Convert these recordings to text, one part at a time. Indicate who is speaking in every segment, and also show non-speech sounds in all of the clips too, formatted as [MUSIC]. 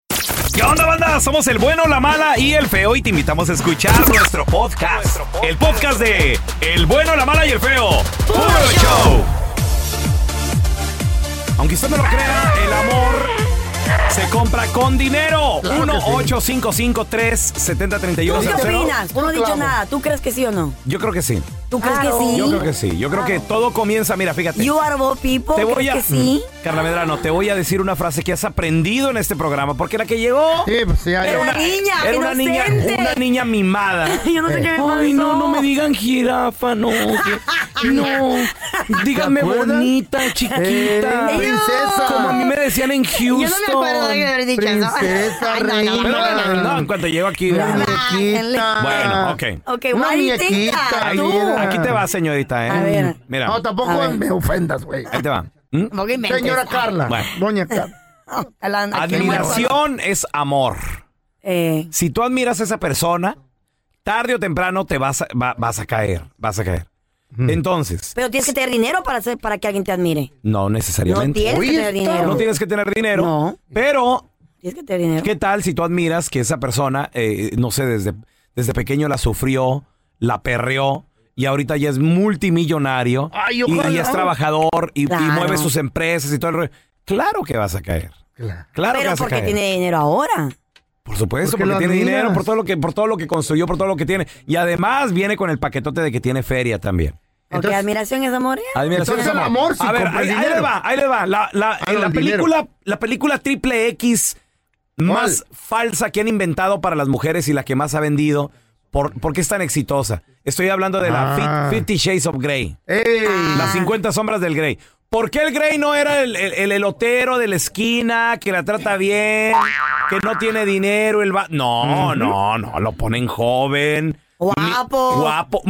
Speaker 1: ¿Qué onda, banda? Somos el bueno, la mala y el feo y te invitamos a escuchar nuestro podcast. El podcast de El bueno, la mala y el feo. ¡Puro show! Aunque usted no lo crea, el amor se compra con dinero.
Speaker 2: Claro que sí.
Speaker 1: 1-855-370-3100.
Speaker 2: ¿Tú qué opinas? Tú no has dicho nada. ¿Tú crees que sí o no?
Speaker 1: Yo creo que sí.
Speaker 2: ¿Tú crees que sí?
Speaker 1: Yo creo que sí. Yo creo que todo comienza, mira, fíjate.
Speaker 2: You are of all people.
Speaker 1: Te voy
Speaker 2: Oh, ¿crees
Speaker 1: a...
Speaker 2: que sí?
Speaker 1: Carla Medrano, te voy a decir una frase que has aprendido en este programa, porque la que llegó...
Speaker 3: pues
Speaker 2: Era una niña,
Speaker 1: Era una niña,
Speaker 2: inocente.
Speaker 1: una niña mimada.
Speaker 2: Yo no sé qué me pasó.
Speaker 1: Ay, no, no me digan jirafa, no. que- no, díganme
Speaker 3: ¿Te acuerdas?
Speaker 1: bonita, chiquita.
Speaker 3: Eh, princesa.
Speaker 1: Como a mí me decían en
Speaker 3: Yo no me
Speaker 1: Houston.
Speaker 3: acuerdo de haber dicho eso.
Speaker 1: Princesa,
Speaker 3: Ay, no, no, no,
Speaker 1: Pero
Speaker 3: no,
Speaker 1: bueno,
Speaker 3: no,
Speaker 1: no, en cuanto llego aquí. ¿verdad?
Speaker 3: Muñequita.
Speaker 1: Bueno, ok.
Speaker 2: Ok, why do you think that?
Speaker 1: Ahí-
Speaker 2: Tú.
Speaker 1: Aquí te va, señorita, ¿eh?
Speaker 2: A ver.
Speaker 1: Mira,
Speaker 4: No, tampoco me ofendas, güey.
Speaker 1: ahí te va. ¿Mm?
Speaker 2: Tampoco inventes.
Speaker 4: Señora Carla.
Speaker 1: Bueno.
Speaker 2: [LAUGHS]
Speaker 4: Doña Carla.
Speaker 2: Ala- aquí me muero.
Speaker 1: Admiración es amor.
Speaker 2: Eh,
Speaker 1: Si tú admiras a esa persona, tarde o temprano te vas a, va- vas a caer, vas a caer. Entonces,
Speaker 2: pero tienes que tener dinero para, hacer, para que alguien te admire.
Speaker 1: no
Speaker 2: No
Speaker 1: necesariamente.
Speaker 2: tienes que tener dinero.
Speaker 1: No tienes que tener dinero,
Speaker 2: No.
Speaker 1: pero
Speaker 2: Tienes que tener dinero.
Speaker 1: ¿qué tal si tú admiras que esa persona, eh, no sé, desde, desde pequeño la sufrió, la perreó y ahorita ya es multimillonario
Speaker 4: Ay,
Speaker 1: y,
Speaker 4: ojalá.
Speaker 1: y es trabajador y, y
Speaker 2: Claro.
Speaker 1: mueve sus empresas y todo el rollo? Claro que vas a caer.
Speaker 4: Claro.
Speaker 1: Claro que
Speaker 2: pero
Speaker 1: vas a
Speaker 2: porque
Speaker 1: caer.
Speaker 2: tiene dinero ahora.
Speaker 1: Por supuesto,
Speaker 4: Porque
Speaker 1: porque,
Speaker 4: lo
Speaker 1: tiene
Speaker 4: admiras.
Speaker 1: dinero, por todo lo que, por todo lo que construyó, por todo lo que tiene. Y además viene con el paquetote de que tiene feria también.
Speaker 2: Porque
Speaker 4: Entonces-
Speaker 2: admiración es amor. ¿eh?
Speaker 1: Admiración
Speaker 4: Entonces,
Speaker 1: es
Speaker 4: el amor sí
Speaker 1: A ver,
Speaker 4: compra
Speaker 1: ahí,
Speaker 4: el
Speaker 1: ahí le
Speaker 4: dinero.
Speaker 1: va, ahí le va. La, la-
Speaker 4: Ah, no,
Speaker 1: la
Speaker 4: el
Speaker 1: película, la película triple X más falsa que han inventado para las mujeres y la que más ha vendido. ¿Por, por qué es tan exitosa? Estoy hablando de la
Speaker 4: Ah.
Speaker 1: Fif- Fifty Shades of Grey.
Speaker 4: ¡Ey! Ah.
Speaker 1: Las 50 sombras del Grey. ¿Por qué el Grey no era el, el- el elotero de la esquina que la trata bien, que no tiene dinero? El va- no, no, no, lo ponen joven.
Speaker 2: Guapo.
Speaker 1: mi- guapo,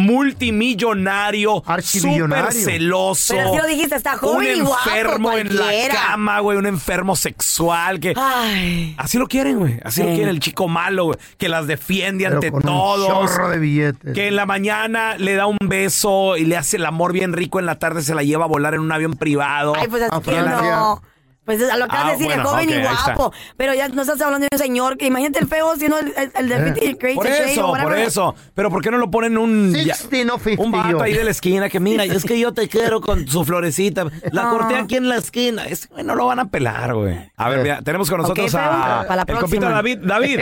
Speaker 1: multimillonario,
Speaker 4: Archimillonario.
Speaker 1: súper celoso.
Speaker 2: Pero así lo dijiste, está joven y
Speaker 1: Un
Speaker 2: guapo,
Speaker 1: enfermo en la
Speaker 2: cualquiera.
Speaker 1: cama, güey, un enfermo sexual que...
Speaker 2: Ay.
Speaker 1: Así lo quieren, güey. Así lo
Speaker 2: Sí.
Speaker 1: quieren el chico malo, güey, que las defiende
Speaker 4: Pero
Speaker 1: ante
Speaker 4: con Un
Speaker 1: todos.
Speaker 4: chorro de billetes.
Speaker 1: Que en la mañana le da un beso y le hace el amor bien rico, en la tarde se la lleva a volar en un avión privado.
Speaker 2: Ay, pues así
Speaker 4: A
Speaker 2: que
Speaker 4: Francia.
Speaker 2: no. Pues a lo que acabas
Speaker 1: Ah,
Speaker 2: de decir,
Speaker 1: bueno,
Speaker 2: es joven
Speaker 1: ok,
Speaker 2: y
Speaker 1: ahí está.
Speaker 2: guapo. Pero ya no estás hablando de un señor que imagínate el feo sino el, el, el de
Speaker 4: Eh.
Speaker 2: Fifty Shades
Speaker 1: por
Speaker 2: of Grey o
Speaker 1: eso, por
Speaker 2: whatever.
Speaker 1: eso. Pero ¿por qué no lo ponen un... ya-
Speaker 4: 60, no 50
Speaker 1: un vato
Speaker 4: yo.
Speaker 1: ahí de la esquina que mira, es que yo te quiero con su florecita. La
Speaker 2: Ah.
Speaker 1: corté aquí en la esquina. Este güey no lo van a pelar, güey. A ver, mira, tenemos con
Speaker 2: Ok,
Speaker 1: nosotros
Speaker 2: pero
Speaker 1: a
Speaker 2: para la
Speaker 1: el
Speaker 2: próxima.
Speaker 1: compita David. David,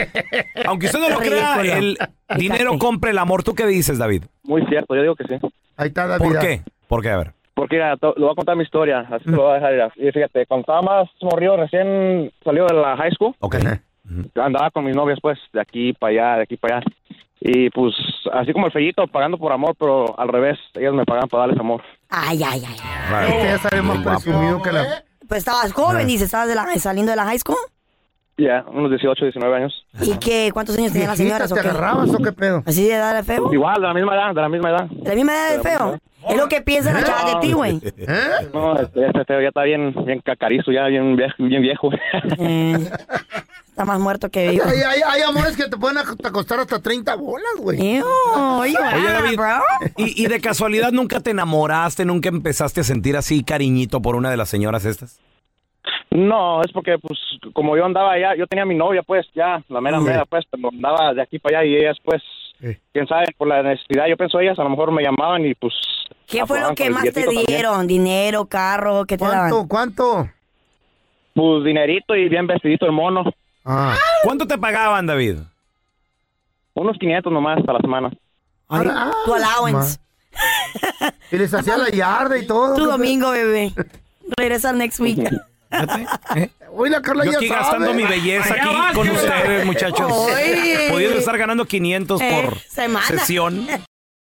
Speaker 1: aunque usted no lo crea,
Speaker 2: Ridículo.
Speaker 1: el dinero
Speaker 2: Fíjate.
Speaker 1: compra el amor. ¿Tú qué dices, David?
Speaker 5: Muy cierto, yo digo que sí.
Speaker 4: Ahí está David.
Speaker 1: ¿Por qué? ¿Por qué? A ver.
Speaker 5: Porque mira, to- lo voy a contar mi historia, así que lo voy a dejar ir. a- Y fíjate, cuando estaba más morrido, recién salió de la high school,
Speaker 1: Ok.
Speaker 5: andaba con mis novias, pues, de aquí para allá, de aquí para allá. Y pues, así como el fellito, pagando por amor, pero al revés, ellas me pagaban para darles amor.
Speaker 2: Ay, ay, ay. ay.
Speaker 4: Este
Speaker 1: Vale.
Speaker 4: ya sabe más presumido que la.
Speaker 2: Pues estabas joven,
Speaker 4: Eh.
Speaker 2: dices, estabas de la- saliendo de la high school.
Speaker 5: Ya, unos 18, 19 años.
Speaker 2: ¿Y qué? ¿Cuántos años tenían las
Speaker 4: Viejita,
Speaker 2: señoras o
Speaker 4: ¿Te
Speaker 2: qué?
Speaker 4: agarrabas o qué pedo?
Speaker 2: ¿Así de edad de feo?
Speaker 5: Igual, de la misma edad, de la misma edad.
Speaker 2: ¿De la misma edad de feo? Es lo que piensan las chavas de
Speaker 5: [LAUGHS]
Speaker 2: ti, güey.
Speaker 4: ¿Eh?
Speaker 5: No, este, este feo ya está bien, bien cacarizo, ya bien viejo. Bien viejo.
Speaker 2: Eh, Está más muerto que vivo.
Speaker 4: Hay, hay- hay amores que te pueden ac- costar hasta 30 bolas, güey.
Speaker 2: Oye,
Speaker 1: Oye,
Speaker 2: Ah,
Speaker 1: David, ¿y, y de casualidad nunca te enamoraste, nunca empezaste a sentir así cariñito por una de las señoras estas?
Speaker 5: No, es porque, pues, como yo andaba allá, yo tenía mi novia, pues, ya, la mera
Speaker 1: Ujú.
Speaker 5: mera, pues, pero andaba de aquí para allá y ellas, pues, quién sabe, por la necesidad, yo pienso ellas a lo mejor me llamaban y, pues...
Speaker 4: Ah,
Speaker 2: ¿Qué fue lo
Speaker 5: aprobaban con
Speaker 4: pues,
Speaker 2: que
Speaker 5: el
Speaker 2: más te
Speaker 5: billetito también.
Speaker 2: dieron? ¿Dinero, carro? ¿Qué te daban?
Speaker 4: ¿Cuánto?
Speaker 5: Pues, dinerito y bien vestidito el mono.
Speaker 1: ¿Cuánto te pagaban, David?
Speaker 5: Unos 500 nomás a la semana.
Speaker 2: Tu allowance.
Speaker 4: Y les hacía la yarda y todo.
Speaker 2: Tu domingo, bebé. Regresa next week.
Speaker 4: Hoy la Carla
Speaker 1: ¿eh? Yo
Speaker 4: ya
Speaker 1: aquí
Speaker 4: sabe.
Speaker 1: gastando mi belleza
Speaker 4: Allá
Speaker 1: aquí
Speaker 4: vas,
Speaker 1: con
Speaker 4: tío.
Speaker 1: ustedes, muchachos.
Speaker 4: Oye.
Speaker 1: Pudiendo estar ganando 500
Speaker 4: Eh,
Speaker 1: por
Speaker 4: semana.
Speaker 1: sesión.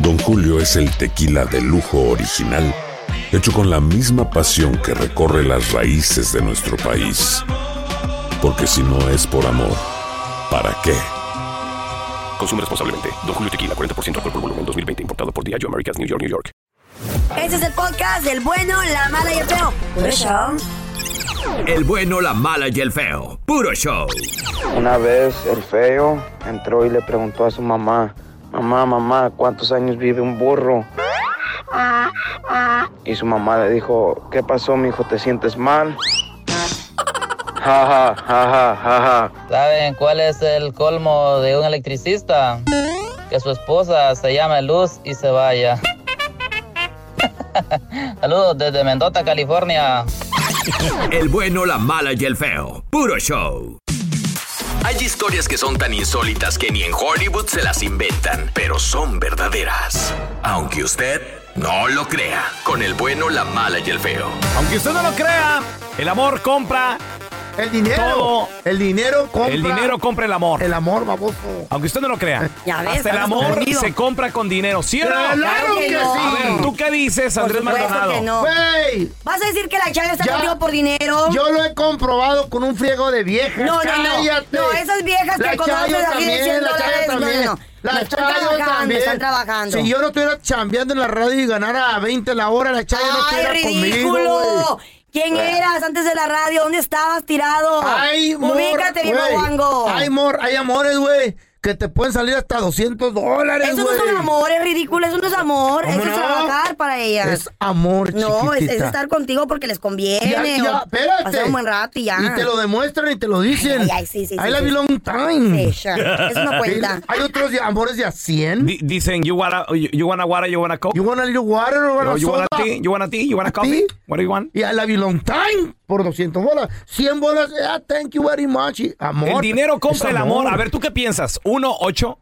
Speaker 6: Don Julio es el tequila de lujo original, hecho con la misma pasión que recorre las raíces de nuestro país. Porque si no es por amor, ¿para qué?
Speaker 7: Consume responsablemente. Don Julio Tequila 40% alcohol por volumen 2020 importado por Diageo Americas New York New York.
Speaker 2: Ese es el podcast del bueno, la mala y el feo. Por eso.
Speaker 8: El bueno, la mala y el feo. Puro show.
Speaker 9: Una vez el feo entró y le preguntó a su mamá, mamá, mamá, ¿cuántos años vive un burro?
Speaker 10: 啊
Speaker 9: Y su mamá le dijo, ¿qué pasó, mijo? ¿Te sientes mal? Ja, ja, ja, ja, ja, ja.
Speaker 11: ¿Saben cuál es el colmo de un electricista? Que su esposa se llame Luz y se vaya. [LAUGHS] Saludos desde Mendota, California.
Speaker 8: El bueno, la mala y el feo. Puro show. Hay historias que son tan insólitas que ni en Hollywood se las inventan, pero son verdaderas. Aunque usted no lo crea, con el bueno, la mala y el feo.
Speaker 1: Aunque usted no lo crea, el amor compra.
Speaker 4: El dinero. El dinero compra.
Speaker 1: El dinero compra el amor.
Speaker 4: El amor, baboso.
Speaker 1: Aunque usted no lo crea.
Speaker 4: [LAUGHS] Ya ves,
Speaker 1: hasta el
Speaker 4: estás
Speaker 1: amor
Speaker 4: confundido.
Speaker 1: se compra con dinero, ¿sí o no?
Speaker 4: Claro Claro que que no. sí.
Speaker 1: A ver, ¿tú qué dices,
Speaker 4: Por
Speaker 1: Andrés
Speaker 4: supuesto
Speaker 1: Maldonado?
Speaker 4: que no. Güey.
Speaker 2: ¿Vas a decir que la chava está
Speaker 4: Ya.
Speaker 2: contigo por dinero?
Speaker 4: Yo lo he comprobado con un friego de viejas.
Speaker 2: No, no, no.
Speaker 4: Cállate.
Speaker 2: No, esas viejas que
Speaker 4: La
Speaker 2: conoces
Speaker 4: Chayo
Speaker 2: así de
Speaker 4: también,
Speaker 2: 100
Speaker 4: la Chayo
Speaker 2: dólares, no,
Speaker 4: también.
Speaker 2: no, no.
Speaker 4: La
Speaker 2: Me están
Speaker 4: Chayo
Speaker 2: trabajando, me
Speaker 4: también.
Speaker 2: están trabajando.
Speaker 4: Si yo no estuviera chambeando en la radio y ganara a 20 la hora, la Chayo no
Speaker 2: ¡Ay,
Speaker 4: estuviera conmigo.
Speaker 2: ridículo!
Speaker 4: güey.
Speaker 2: ¿Quién
Speaker 4: Ah.
Speaker 2: eras antes de la radio? ¿Dónde estabas tirado?
Speaker 4: Ay, amor,
Speaker 2: Ubícate, viejo
Speaker 4: güey.
Speaker 2: guango.
Speaker 4: Hay, amor, hay amores, güey, que te pueden salir hasta 200 dólares,
Speaker 2: Eso no
Speaker 4: güey.
Speaker 2: es un amor, es ridículo, eso no es amor,
Speaker 4: ¿Cómo
Speaker 2: eso es
Speaker 4: no?
Speaker 2: trabajar para ellas.
Speaker 4: Es amor,
Speaker 2: no, es, es
Speaker 4: chiquitita.
Speaker 2: estar contigo porque les conviene.
Speaker 4: Ya, ya,
Speaker 2: o
Speaker 4: espérate.
Speaker 2: Pasar un buen rato y ya.
Speaker 4: Y te lo demuestran y te lo dicen.
Speaker 2: Ay, ay, ay, sí, sí,
Speaker 4: I
Speaker 2: sí,
Speaker 4: love
Speaker 2: sí.
Speaker 4: you long time.
Speaker 2: Sí, ya. Eso
Speaker 4: [LAUGHS]
Speaker 2: no cuenta.
Speaker 4: Hay otros de- amores de a 100.
Speaker 1: Di- dicen, you, wanna, you, you wanna water, you wanna coke.
Speaker 4: You wanna little water, you wanna
Speaker 1: Yo, you wanna
Speaker 4: soda.
Speaker 1: tea, you wanna tea, you wanna coffee. What do you want?
Speaker 4: Y I love you long time por 200 bolas. 100 bolas, yeah, thank you very much. Y Amor.
Speaker 1: El dinero compra
Speaker 4: Es
Speaker 1: el amor. A ver, ¿tú qué piensas? 1 8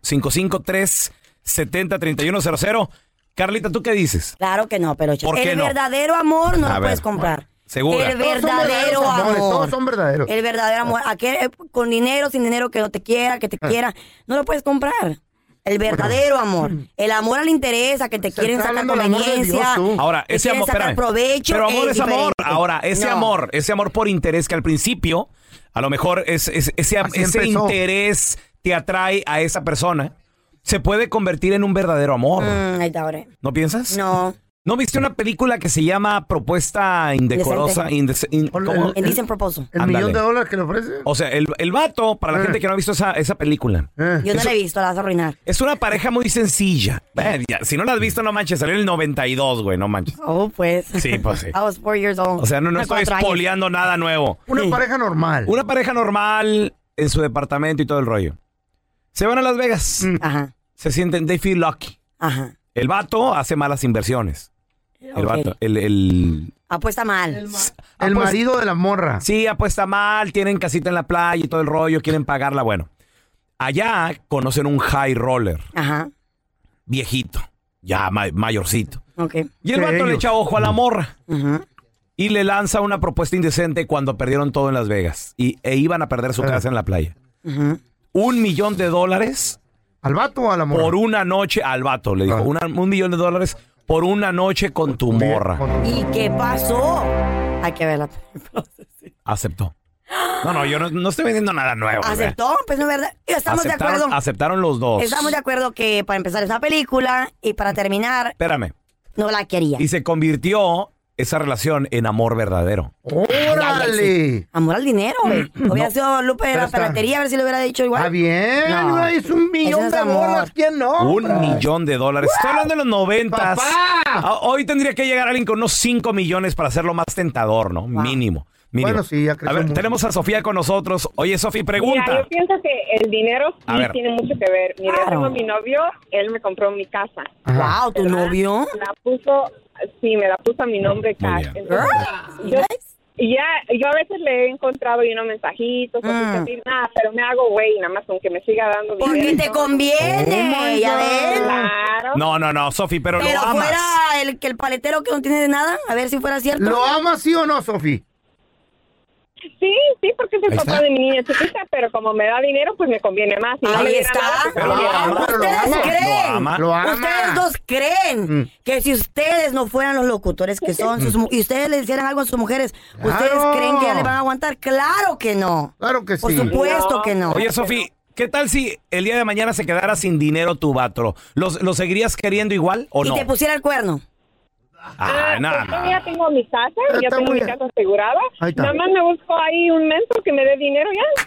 Speaker 1: 3 70 31 00 Carlita, ¿tú qué dices?
Speaker 2: Claro que no, pero
Speaker 1: ¿Por qué
Speaker 2: el
Speaker 1: no?
Speaker 2: verdadero amor no
Speaker 1: A
Speaker 2: lo
Speaker 1: ver,
Speaker 2: puedes comprar.
Speaker 1: ¿Segura?
Speaker 2: El
Speaker 1: Todos son
Speaker 2: verdadero
Speaker 1: verdaderos
Speaker 2: amor.
Speaker 1: amores, todos son verdaderos.
Speaker 2: El verdadero amor. Aquel, eh, con dinero, sin dinero, que no te quiera, que te
Speaker 4: Ah.
Speaker 2: quiera. No lo puedes comprar. El verdadero amor. El amor al interés, a que te quieren sacar
Speaker 4: hablando del amor de
Speaker 2: conveniencia.
Speaker 1: Ahora,
Speaker 2: te
Speaker 1: ese
Speaker 2: quieren
Speaker 1: amor,
Speaker 2: sacar
Speaker 1: espérame.
Speaker 2: provecho. eh,
Speaker 1: pero amor es, amor.
Speaker 2: diferente.
Speaker 1: Ahora, ese
Speaker 2: No.
Speaker 1: amor, ese amor por interés que al principio, a lo mejor es, es- ese,
Speaker 4: Así
Speaker 1: ese
Speaker 4: empezó.
Speaker 1: interés te atrae a esa persona, se puede convertir en un verdadero amor.
Speaker 2: Mm, ahí está, ahora.
Speaker 1: ¿No piensas?
Speaker 2: No.
Speaker 1: ¿No viste una película que se llama Propuesta Indecorosa? Indec- in- ¿cómo?
Speaker 2: El dicen proposal.
Speaker 4: El
Speaker 1: Ándale.
Speaker 4: millón de dólares que le ofrece.
Speaker 1: O sea, el, el vato, para
Speaker 4: Mm.
Speaker 1: la gente que no ha visto esa, esa
Speaker 4: Eh.
Speaker 1: película,
Speaker 2: Yo no
Speaker 1: es,
Speaker 2: la he visto, la vas a arruinar.
Speaker 1: es una pareja muy sencilla. Eh, ya, si no la has visto, no manches, salió en el 92, güey, no manches.
Speaker 2: Oh, pues.
Speaker 1: Sí, pues sí.
Speaker 2: I was four years old.
Speaker 1: O sea, no, no
Speaker 2: A
Speaker 1: estoy
Speaker 2: cuatro años.
Speaker 1: espoleando nada nuevo.
Speaker 4: Una pareja normal.
Speaker 1: Una pareja normal en su departamento y todo el rollo. Se van a Las Vegas.
Speaker 2: Mm.
Speaker 1: Se sienten, they feel lucky. El vato hace malas inversiones. El vato, el- el, Ah, pues,
Speaker 2: Apuesta mal.
Speaker 4: El marido de la morra.
Speaker 1: Sí, apuesta mal, tienen casita en la playa y todo el rollo, quieren pagarla. Bueno, allá conocen un high roller.
Speaker 2: Ajá.
Speaker 1: Viejito, ya ma- mayorcito.
Speaker 2: Ok.
Speaker 1: Y el vato le echa ojo a la morra. Y le lanza una propuesta indecente cuando perdieron todo en Las Vegas. Y, e iban a perder
Speaker 4: Eh.
Speaker 1: su casa en la playa. Un millón de dólares.
Speaker 4: ¿Al vato o a la Ah.
Speaker 1: morra? Por una noche, al vato, le dijo. Una- un millón de dólares por una noche con tu morra.
Speaker 2: ¿Y qué pasó? Hay que verla.
Speaker 1: Aceptó. No, no, yo no, no estoy vendiendo nada nuevo. güey.
Speaker 2: ¿Aceptó? Pues no es verdad. Estamos de
Speaker 1: aceptaron,
Speaker 2: acuerdo.
Speaker 1: aceptaron los dos.
Speaker 2: Estamos de acuerdo que para empezar esa película y para terminar,
Speaker 1: Espérame.
Speaker 2: no la quería.
Speaker 1: Y se convirtió esa relación en amor verdadero.
Speaker 4: ¡Órale!
Speaker 2: Amor al dinero,
Speaker 1: [CLEARS THROAT]
Speaker 2: güey. Hubiera sido Lupe de
Speaker 1: Pero
Speaker 2: la
Speaker 1: está-
Speaker 2: ferretería, a ver si lo hubiera dicho
Speaker 4: Ah,
Speaker 2: igual.
Speaker 1: Está bien, güey, es
Speaker 4: un millón de bolas,
Speaker 2: ¿quién
Speaker 4: no?
Speaker 1: Un millón de dólares. Estoy hablando de los noventas. Ah, Hoy tendría que llegar alguien con unos cinco millones para hacerlo más tentador, ¿no? Mínimo. mínimo.
Speaker 4: Bueno, sí, ya creció
Speaker 1: A ver,
Speaker 4: mucho.
Speaker 1: tenemos a Sofía con nosotros. Oye, Sofía,
Speaker 12: Mira,
Speaker 1: pregunta.
Speaker 12: yo pienso que el dinero
Speaker 1: A
Speaker 12: sí
Speaker 1: ver.
Speaker 12: tiene mucho que ver. Mira,
Speaker 1: Claro.
Speaker 12: tengo a mi novio, él me compró mi casa.
Speaker 1: Ajá. Wow, ¿tu
Speaker 12: ¿Verdad?
Speaker 1: novio?
Speaker 12: La puso, sí, me la puso a mi nombre cash. Entonces,
Speaker 2: Ah,
Speaker 12: yo, ya, yo a veces le he encontrado y unos mensajitos, cositas
Speaker 2: Mm.
Speaker 12: así, nada, pero me hago güey, nada más aunque me siga dando dinero. Ah,
Speaker 2: Porque te
Speaker 4: Oh
Speaker 2: conviene, ya ves.
Speaker 12: Claro.
Speaker 1: No, no, no, Sofía, pero,
Speaker 2: Pero
Speaker 1: lo amas.
Speaker 2: fuera el que el paletero que no tiene de nada, a ver si fuera cierto.
Speaker 4: ¿Lo amas sí o no, Sofi?
Speaker 12: Sí, sí, porque es el
Speaker 4: Ahí
Speaker 12: papá
Speaker 4: está.
Speaker 12: de mi niña chiquita, pero como me da dinero, pues me conviene más. Si no
Speaker 2: Ahí
Speaker 12: me diera
Speaker 2: está.
Speaker 12: nada, pues
Speaker 2: Pero
Speaker 12: me
Speaker 2: lo
Speaker 12: conviene
Speaker 2: ama,
Speaker 12: más.
Speaker 2: lo ama. ¿Ustedes creen?
Speaker 4: Lo ama. Mm.
Speaker 2: Ustedes dos creen que si ustedes no fueran los locutores que son sus mu- y ustedes le hicieran algo a sus mujeres, ¿ustedes
Speaker 4: Claro.
Speaker 2: creen que ya le van a aguantar? Claro que no.
Speaker 4: Claro que
Speaker 2: Por supuesto que no.
Speaker 1: Oye, Sofía, ¿qué tal si el día de mañana se quedara sin dinero tu vato? ¿Los- ¿Lo seguirías queriendo igual o
Speaker 2: Y
Speaker 1: no?
Speaker 2: te pusiera el cuerno.
Speaker 1: Ah, nada,
Speaker 12: pues, Yo ya tengo mi casa, ya
Speaker 2: está
Speaker 12: tengo
Speaker 2: muy
Speaker 12: mi
Speaker 2: bien.
Speaker 12: casa asegurada.
Speaker 1: Ahí está.
Speaker 12: Nada más me busco ahí un menso que me dé dinero ya.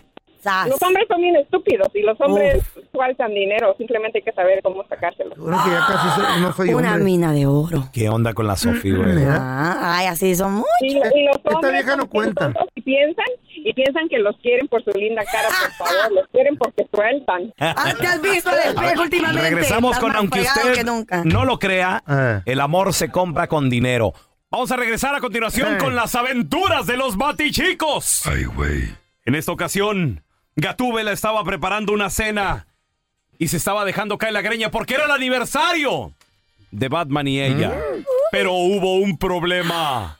Speaker 12: Los hombres son bien estúpidos y los hombres faltan dinero. Simplemente hay que saber cómo sacárselo.
Speaker 4: Creo que ya casi soy- no soy
Speaker 2: Una
Speaker 4: hombre.
Speaker 2: mina de oro.
Speaker 1: ¿Qué onda con la Sofía, güey?
Speaker 2: Ah, ay, así son muchos.
Speaker 12: Y, y los
Speaker 2: Esta
Speaker 12: hombres
Speaker 2: vieja no
Speaker 12: son bien tontos y piensan y piensan que los quieren por su linda cara,
Speaker 2: [LAUGHS]
Speaker 12: por favor, los quieren porque sueltan.
Speaker 2: Ah, ¿Te has visto el espejo
Speaker 1: [LAUGHS] A ver,
Speaker 2: últimamente?
Speaker 1: Regresamos
Speaker 2: Estás
Speaker 1: con
Speaker 2: más
Speaker 1: aunque
Speaker 2: fregado
Speaker 1: usted
Speaker 2: que nunca.
Speaker 1: no lo crea, el amor se compra con dinero. Vamos a regresar a continuación
Speaker 8: Eh.
Speaker 1: con las aventuras de los batichicos. Ay, güey. En esta ocasión, Gatúbela estaba preparando una cena y se estaba dejando caer la greña porque era el aniversario de Batman y ella. Pero hubo un problema.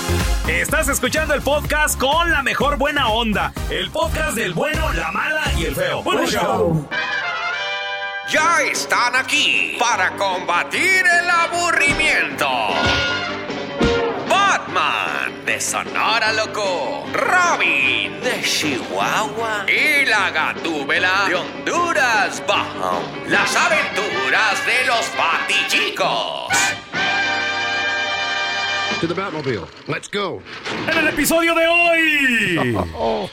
Speaker 1: Estás escuchando el podcast con la mejor buena onda. El podcast del bueno, la mala y el feo. ¡Buen show!
Speaker 13: Ya están aquí para combatir el aburrimiento. Batman de Sonora Loco, Robin de Chihuahua y la Gatúbela de Honduras Bajo. Las aventuras de los patichicos.
Speaker 14: to the Batmobile. Let's go. Oh.
Speaker 15: En el episodio de
Speaker 14: [LAUGHS]
Speaker 15: hoy.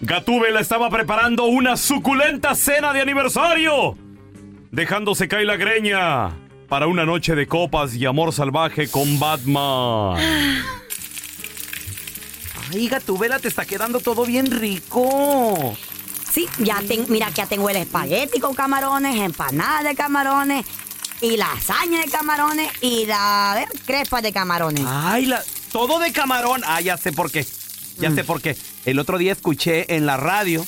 Speaker 15: Gatúbela estaba preparando una suculenta cena de aniversario, dejándose caer la greña para una noche de copas y amor salvaje con Batman.
Speaker 1: Ay, Gatúbela, te está quedando todo bien rico.
Speaker 2: Sí, ya ten- mira que ya tengo el espagueti con camarones, empanadas de camarones, y lasaña de camarones, y la, a ver, crespa de camarones.
Speaker 1: Ay, la- todo de camarón. Ah, ya sé por qué. Ya
Speaker 2: Mm.
Speaker 1: sé por qué. El otro día escuché en la radio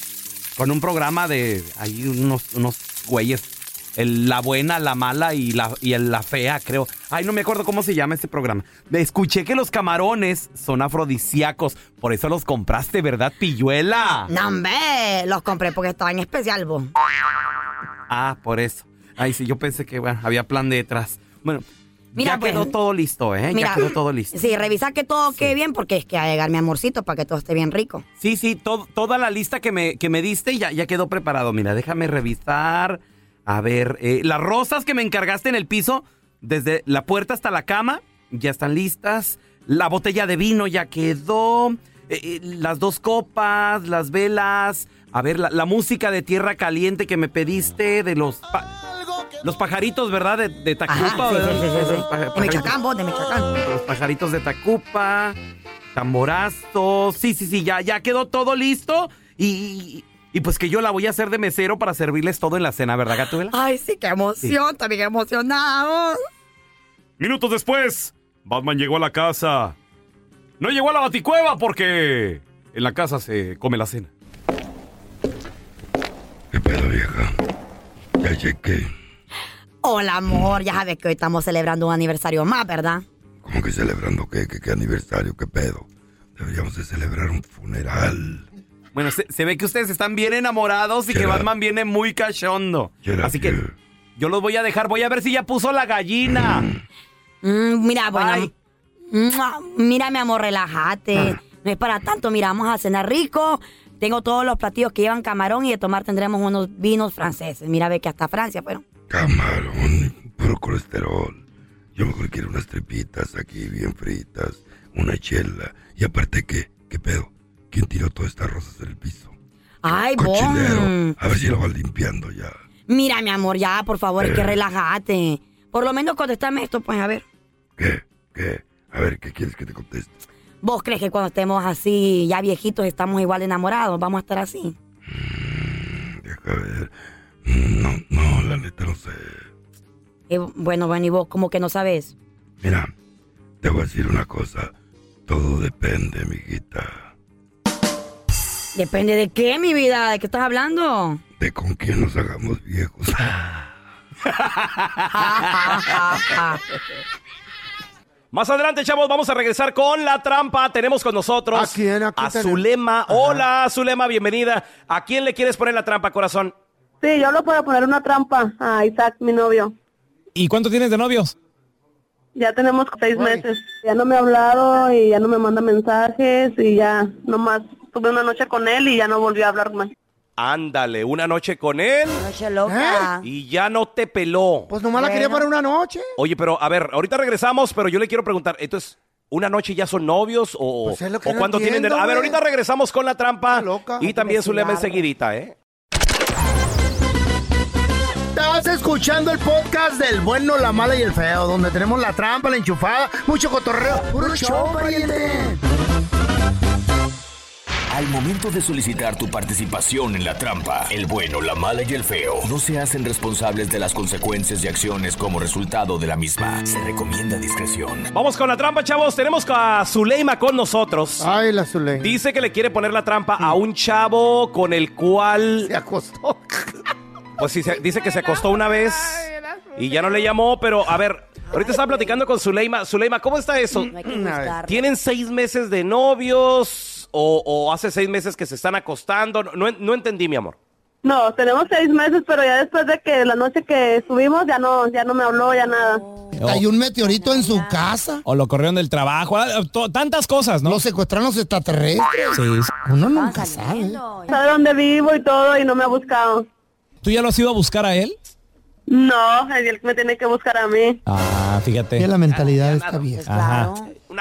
Speaker 1: con un programa de. Hay unos, unos güeyes. el- la buena, la mala y la, y el- la fea, creo. Ay, no me acuerdo cómo se llama este programa. Escuché que los camarones son afrodisíacos. Por eso los compraste, ¿verdad, pilluela?
Speaker 2: No, hombre, los compré porque estaban en especial, vos.
Speaker 1: Ah, por eso. Ay, sí, yo pensé que bueno, había plan de detrás. Bueno,
Speaker 2: Mira,
Speaker 1: ya quedó
Speaker 2: pues,
Speaker 1: todo listo, ¿eh?
Speaker 2: mira,
Speaker 1: ya quedó todo listo.
Speaker 2: Sí, revisa que todo quede bien porque es que va a llegar mi amorcito para que todo esté bien rico.
Speaker 1: Sí, sí, to- toda la lista que me, que me diste ya, ya quedó preparado. Mira, déjame revisar. A ver, eh, las rosas que me encargaste en el piso, desde la puerta hasta la cama, ya están listas. La botella de vino ya quedó. Eh, eh, las dos copas, las velas. A ver, la, la música de tierra caliente que me pediste, de los, pa- los pajaritos, ¿verdad? De, de Tacupa.
Speaker 2: sí,
Speaker 1: ¿verdad?
Speaker 2: sí, sí, sí.
Speaker 1: Los paja-
Speaker 2: De
Speaker 1: pajaritos.
Speaker 2: Michoacán, vos, de Michoacán.
Speaker 1: Los pajaritos de Tacupa, tamborazo. Sí, sí, sí, ya, ya quedó todo listo. Y, y- y pues que yo la voy a hacer de mesero para servirles todo en la cena, ¿verdad, Gatuela?
Speaker 2: Ay, sí, qué emoción, también emocionados.
Speaker 15: Minutos después, Batman llegó a la casa. No llegó a la baticueva porque en la casa se come la cena.
Speaker 14: Ya llegué.
Speaker 2: Hola, amor, ya sabes que hoy estamos celebrando un aniversario más, ¿verdad?
Speaker 14: ¿Cómo que celebrando qué? ¿Qué, qué aniversario? ¿Qué pedo? Deberíamos de celebrar un funeral.
Speaker 1: Bueno, se, se ve que ustedes están bien enamorados y que Batman viene muy cachondo. Así que yo los voy a dejar. Voy a ver si ya puso la gallina.
Speaker 14: [LAUGHS]
Speaker 1: [LAUGHS]
Speaker 2: Mm, mira, bueno. mua, Mira, mi amor,
Speaker 1: Ah.
Speaker 2: relájate. No es para tanto. Mira, vamos a cenar rico. Tengo todos los platillos que llevan camarón y de tomar tendremos unos vinos franceses. Mira, ve que hasta Francia fueron.
Speaker 14: Puro colesterol. Yo mejor quiero unas tripitas aquí bien fritas, una chela. Y aparte, ¿qué? ¿Qué pedo? ¿Quién tiró todas estas rosas en el piso?
Speaker 2: Ay,
Speaker 14: Cochinero.
Speaker 2: bon.
Speaker 14: A ver si lo van limpiando ya.
Speaker 2: Mira, mi amor, ya, por favor, es que relájate. Por lo menos contéstame esto, pues, a ver.
Speaker 14: ¿Qué? A ver, ¿qué quieres que te conteste?
Speaker 2: ¿Vos crees que cuando estemos así, ya viejitos, estamos igual de enamorados? ¿Vamos a estar así?
Speaker 14: A ver. Mm, No, no, la neta no sé.
Speaker 2: Eh, bueno, bueno, y vos, como que no sabes.
Speaker 14: Mira, te voy a decir una cosa. Todo depende, mijita.
Speaker 2: Depende de qué, mi vida, ¿de qué estás hablando?
Speaker 14: De con quién nos hagamos viejos.
Speaker 16: Más adelante, chavos, vamos a regresar con la trampa. Tenemos con nosotros a, Zulema. Hola, Zulema, bienvenida. ¿A quién le quieres poner la trampa, corazón?
Speaker 17: Sí, yo lo puedo poner una trampa a Isaac, mi novio.
Speaker 18: ¿Y cuánto tienes de novios?
Speaker 17: Ya tenemos seis meses. Ya no me ha hablado y ya no me manda mensajes y ya nomás tuve una noche con él y ya no volvió a hablarme.
Speaker 16: Ándale, una noche con él
Speaker 2: Noche loca.
Speaker 16: y ya no te peló.
Speaker 4: ¿Eh? Pues nomás la quería para una noche.
Speaker 16: Oye, pero a ver, ahorita regresamos, pero yo le quiero preguntar, entonces, ¿una noche ya son novios o,
Speaker 4: Pues es lo que
Speaker 16: o
Speaker 4: no
Speaker 16: cuándo tienen...
Speaker 4: entiendo,
Speaker 16: de- A ver,
Speaker 4: güey.
Speaker 16: ahorita regresamos con la trampa y también Zulema
Speaker 4: investigar.
Speaker 16: enseguidita, ¿eh?
Speaker 4: Estás escuchando el podcast del bueno, la mala y el feo, donde tenemos la trampa, la enchufada, mucho cotorreo. ¡Puro show, pariente!
Speaker 8: Al momento de solicitar tu participación en la trampa, el bueno, la mala y el feo no se hacen responsables de las consecuencias y acciones como resultado de la misma. Se recomienda discreción.
Speaker 16: Vamos con la trampa, chavos. Tenemos a Zuleima con nosotros.
Speaker 4: Ay, la Zuleima.
Speaker 16: Dice que le quiere poner la trampa a un chavo con el cual... Se
Speaker 4: acostó.
Speaker 16: [LAUGHS] Pues sí, se- dice que se acostó una vez y ya no le llamó, pero a ver, ahorita estaba platicando con Zuleima. Zuleima, ¿cómo está eso?
Speaker 2: No hay que juzgar.
Speaker 16: ¿Tienen seis meses de novios o, o hace seis meses que se están acostando? No- No, en- no entendí, mi amor.
Speaker 17: No, tenemos seis meses, pero ya después de que la noche que estuvimos ya no, ya no me habló, ya nada.
Speaker 18: Hay
Speaker 4: un meteorito en su casa.
Speaker 18: O lo corrieron del trabajo, ah, to- tantas cosas, ¿no? Lo
Speaker 4: secuestraron los extraterrestres.
Speaker 18: Sí.
Speaker 4: Uno nunca sabe.
Speaker 17: Sabe dónde vivo y todo y no me ha buscado.
Speaker 18: ¿Tú ya lo has ido a buscar a él?
Speaker 17: No, es él que me tiene que buscar a mí.
Speaker 18: Ah, fíjate.
Speaker 4: la mentalidad está bien.
Speaker 18: Ajá.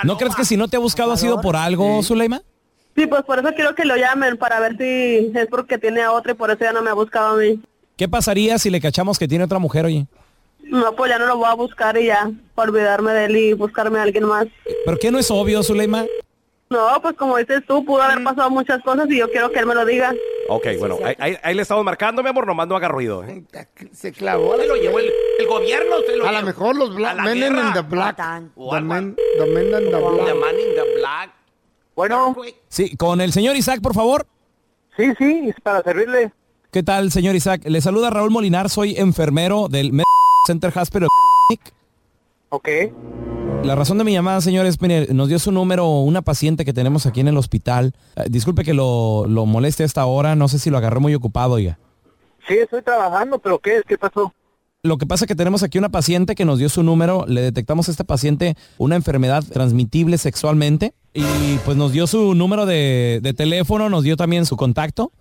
Speaker 1: ¿No crees que si no te ha buscado ha sido por algo, Zuleima?
Speaker 17: Sí, pues por eso quiero que lo llamen, para ver si es porque tiene a otro y por eso ya no me ha buscado a mí.
Speaker 1: ¿Qué pasaría si le cachamos que tiene otra mujer, oye?
Speaker 17: No, pues ya no lo voy a buscar y ya, para olvidarme de él y buscarme a alguien más.
Speaker 1: ¿Pero qué no es obvio, Zuleima?
Speaker 17: No, pues como dices tú, pudo haber pasado muchas cosas y yo quiero que él me lo diga.
Speaker 7: Ok, bueno, ahí, ahí- ahí le estamos marcando, mi amor, nomás no haga ruido. ¿eh?
Speaker 4: Se clavó.
Speaker 7: Se lo llevó el, el gobierno. se lo
Speaker 4: A lo
Speaker 7: llevó.
Speaker 4: mejor los
Speaker 7: A
Speaker 4: black,
Speaker 7: la
Speaker 4: men in
Speaker 7: guerra.
Speaker 4: the black.
Speaker 7: O
Speaker 4: The
Speaker 7: algo
Speaker 4: men, the men in the black.
Speaker 3: Bueno.
Speaker 1: Sí, con el señor Isaac, por favor.
Speaker 3: Sí, sí, para servirle.
Speaker 1: ¿Qué tal, señor Isaac? Le saluda Raúl Molinar, soy enfermero del Med- Center Hospital.
Speaker 3: Ok.
Speaker 1: La razón de mi llamada, señores, mire, nos dio su número una paciente que tenemos aquí en el hospital. Eh, disculpe que lo, lo moleste a esta hora, no sé si lo agarré muy ocupado, oiga.
Speaker 3: Sí, estoy trabajando, pero ¿qué es? ¿Qué pasó?
Speaker 1: Lo que pasa es que tenemos aquí una paciente que nos dio su número, le detectamos a esta paciente una enfermedad transmitible sexualmente y pues nos dio su número de, de teléfono, nos dio también su contacto.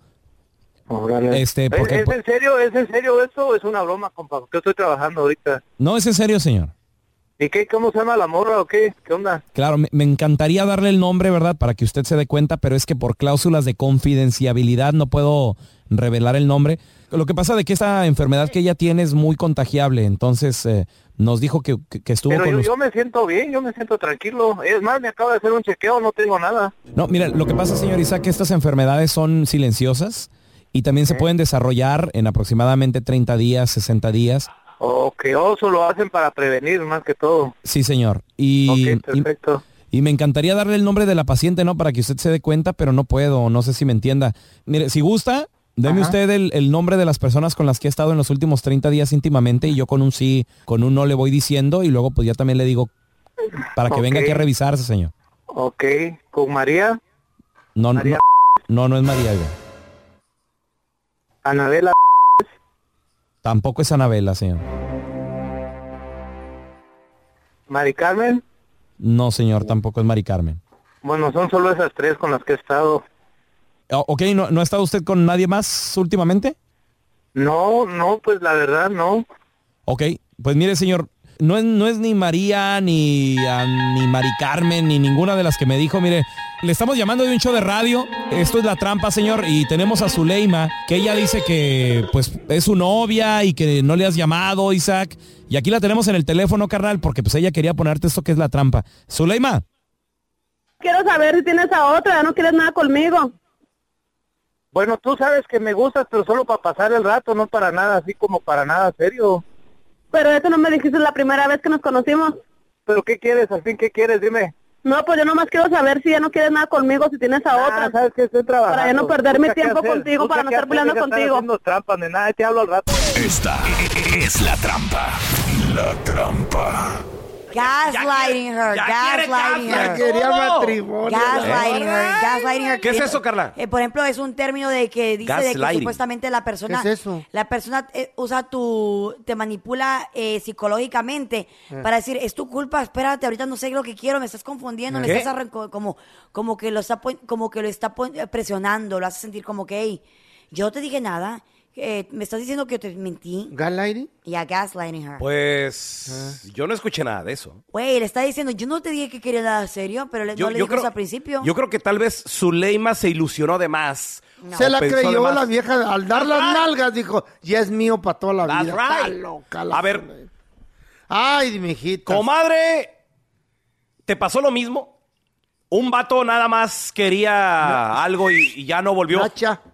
Speaker 1: Este,
Speaker 3: ¿Es,
Speaker 1: porque, pues,
Speaker 3: es en serio? ¿Es en serio eso o es una broma, compa? Porque estoy trabajando ahorita.
Speaker 1: no es en serio, señor.
Speaker 3: ¿Y qué? ¿Cómo se llama la morra o qué? ¿Qué onda?
Speaker 1: Claro, me, me encantaría darle el nombre, ¿verdad? Para que usted se dé cuenta, pero es que por cláusulas de confidenciabilidad no puedo revelar el nombre. Lo que pasa de que esta enfermedad que ella tiene es muy contagiable, entonces eh, nos dijo que, que- que estuvo
Speaker 3: Pero
Speaker 1: con
Speaker 3: yo,
Speaker 1: usted.
Speaker 3: yo me siento bien, yo me siento tranquilo. Es más, me acabo de hacer un chequeo, no tengo nada.
Speaker 1: No, mira, lo que pasa, señor Isaac, que estas enfermedades son silenciosas y también se pueden desarrollar en aproximadamente 30 días, 60 días.
Speaker 3: O que oso oh, lo hacen para prevenir, más que todo.
Speaker 1: Sí, señor. Y, y-
Speaker 3: perfecto.
Speaker 1: Y, me encantaría darle el nombre de la paciente, ¿no? Para que usted se dé cuenta, pero no puedo, no sé si me entienda. Mire, si gusta, deme
Speaker 3: Ajá.
Speaker 1: usted el, el nombre de las personas con las que he estado en los últimos 30 días íntimamente y yo con un sí, con un no le voy diciendo y luego pues ya también le digo para que venga
Speaker 3: Ok.
Speaker 1: aquí a revisarse, señor.
Speaker 3: Ok, con María,
Speaker 1: No, no,
Speaker 3: María.
Speaker 1: no, no es María. oiga.
Speaker 3: Anabela.
Speaker 1: Tampoco es Anabela, señor.
Speaker 3: Mari Carmen.
Speaker 1: No,
Speaker 3: Oh.
Speaker 1: señor, tampoco es Mari Carmen.
Speaker 3: Bueno, son solo esas tres con las que he estado.
Speaker 1: O- Oh, ok, ¿no, ¿no ha estado usted con nadie más últimamente?
Speaker 3: No, no, pues la verdad no.
Speaker 1: Ok, pues mire, señor, no es, no es ni María, ni, a- ni Mari Carmen, ni ninguna de las que me dijo. Mire, le estamos llamando de un show de radio. Esto es la trampa, señor. Y tenemos a Zuleima, que ella dice que pues es su novia y que no le has llamado, Isaac. Y aquí la tenemos en el teléfono, carnal, porque pues ella quería ponerte esto que es la trampa. Zuleima,
Speaker 17: Quiero saber si tienes a otra, ya no quieres nada conmigo.
Speaker 3: Bueno, tú sabes que me gustas, pero solo para pasar el rato, no para nada, así como para nada serio.
Speaker 17: Pero eso no me dijiste la primera vez que nos conocimos.
Speaker 3: ¿Pero qué quieres? Al fin, ¿qué quieres? Dime.
Speaker 17: No, pues yo nomás quiero saber si ya no quieres nada conmigo, si tienes a otra.
Speaker 3: Ah, ¿Sabes que estoy trabajando?
Speaker 17: Para ya no perder mi
Speaker 3: Busca qué
Speaker 17: tiempo
Speaker 3: hacer,
Speaker 17: contigo,
Speaker 3: busca
Speaker 17: para no
Speaker 3: qué
Speaker 17: estar
Speaker 3: hacer,
Speaker 17: peleando
Speaker 3: deja de estar
Speaker 17: contigo.
Speaker 3: haciendo trampa, ni nada, ahí te hablo al rato.
Speaker 8: Esta es la trampa. La trampa.
Speaker 2: Gaslighting her, gaslighting her.
Speaker 4: Quería matrimonio.
Speaker 2: Gaslighting her, gaslighting her.
Speaker 7: ¿Qué es eso, Carla?
Speaker 2: Eh, por ejemplo, es un término de que dice de que
Speaker 7: Gaslighting.
Speaker 2: supuestamente la persona,
Speaker 7: ¿Qué es eso?
Speaker 2: la persona eh, usa tu, te manipula eh, psicológicamente
Speaker 7: Ah.
Speaker 16: Eh.
Speaker 2: para decir es tu culpa, espérate, ahorita no sé lo que quiero, me estás confundiendo, me
Speaker 16: ¿Qué?
Speaker 2: estás arranco- como, como que lo está, pon- como que lo está pon- eh, presionando, lo hace sentir como que, hey, yo no te dije nada, eh, me estás diciendo que te mentí.
Speaker 4: Gaslighting.
Speaker 2: Yeah, gaslighting her.
Speaker 4: Ah.
Speaker 7: Pues yo no escuché nada de eso.
Speaker 2: Güey, le está diciendo, yo no te dije que quería nada serio, pero le-
Speaker 7: Yo-
Speaker 2: no le
Speaker 7: yo
Speaker 2: dijo
Speaker 7: creo-
Speaker 2: eso al principio.
Speaker 7: Yo creo que tal vez Zuleima se ilusionó de más.
Speaker 4: Se
Speaker 7: O
Speaker 4: la
Speaker 7: pensó de
Speaker 4: creyó
Speaker 7: más.
Speaker 4: la vieja al dar las nalgas, dijo, ya es mío para toda la vida. Está
Speaker 7: right.
Speaker 4: loca la
Speaker 7: A ver,
Speaker 4: Ay, mi hijita.
Speaker 7: comadre, ¿te pasó lo mismo? Un vato nada más quería algo y, y ya no volvió.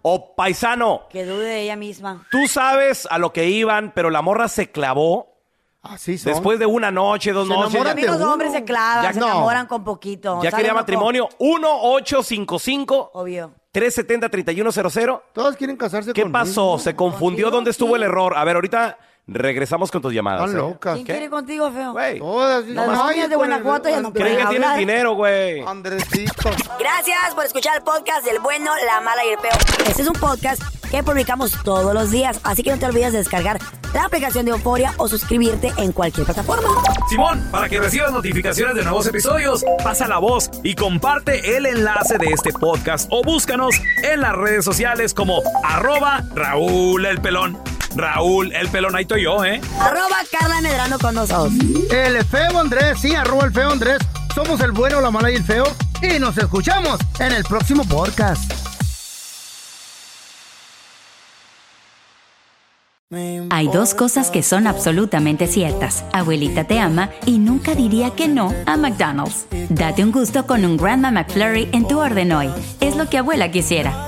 Speaker 7: O paisano,
Speaker 2: Que dude de ella misma.
Speaker 7: tú sabes a lo que iban, pero la morra se clavó.
Speaker 4: Así
Speaker 2: son.
Speaker 7: Después de una noche, dos noches.
Speaker 2: Los
Speaker 7: ya-
Speaker 2: amigos hombres se clavan,
Speaker 7: Ya-
Speaker 2: se
Speaker 7: no.
Speaker 2: enamoran con poquito.
Speaker 7: Ya
Speaker 2: ¿Sabe,
Speaker 7: quería
Speaker 2: loco?
Speaker 7: matrimonio. 1-855.
Speaker 2: Obvio.
Speaker 7: 370-3100.
Speaker 4: Todos quieren casarse
Speaker 7: ¿Qué pasó? ¿Se confundió? ¿Dónde estuvo el error? A ver, ahorita regresamos con tus llamadas.
Speaker 4: Están
Speaker 7: ¿eh?
Speaker 4: locas.
Speaker 2: ¿Quién quiere contigo, feo?
Speaker 4: Todas.
Speaker 2: Las novias de Guanajuato ya no
Speaker 7: ¿Creen
Speaker 2: pueden
Speaker 7: que tienes
Speaker 2: hablar.
Speaker 7: dinero, güey?
Speaker 4: Andresito.
Speaker 2: Gracias por escuchar el podcast del bueno, la mala y el peor. Este es un podcast que publicamos todos los días, así que no te olvides de descargar la aplicación de Euforia o suscribirte en cualquier plataforma.
Speaker 19: Simón, para que recibas notificaciones de nuevos episodios, pasa la voz y comparte el enlace de este podcast o búscanos en las redes sociales como arroba Raúl el Pelón. Raúl el Pelón, ahí estoy yo, ¿eh?
Speaker 2: Arroba Carla Medrano con nosotros.
Speaker 4: El feo Andrés, sí, arroba el feo Andrés. Somos el bueno, la mala y el feo. Y nos escuchamos en el próximo podcast.
Speaker 16: Hay dos cosas que son absolutamente ciertas. Abuelita te ama y nunca diría que no a McDonald's. Date un gusto con un Grandma McFlurry en tu orden hoy. Es lo que abuela quisiera.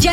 Speaker 10: Ya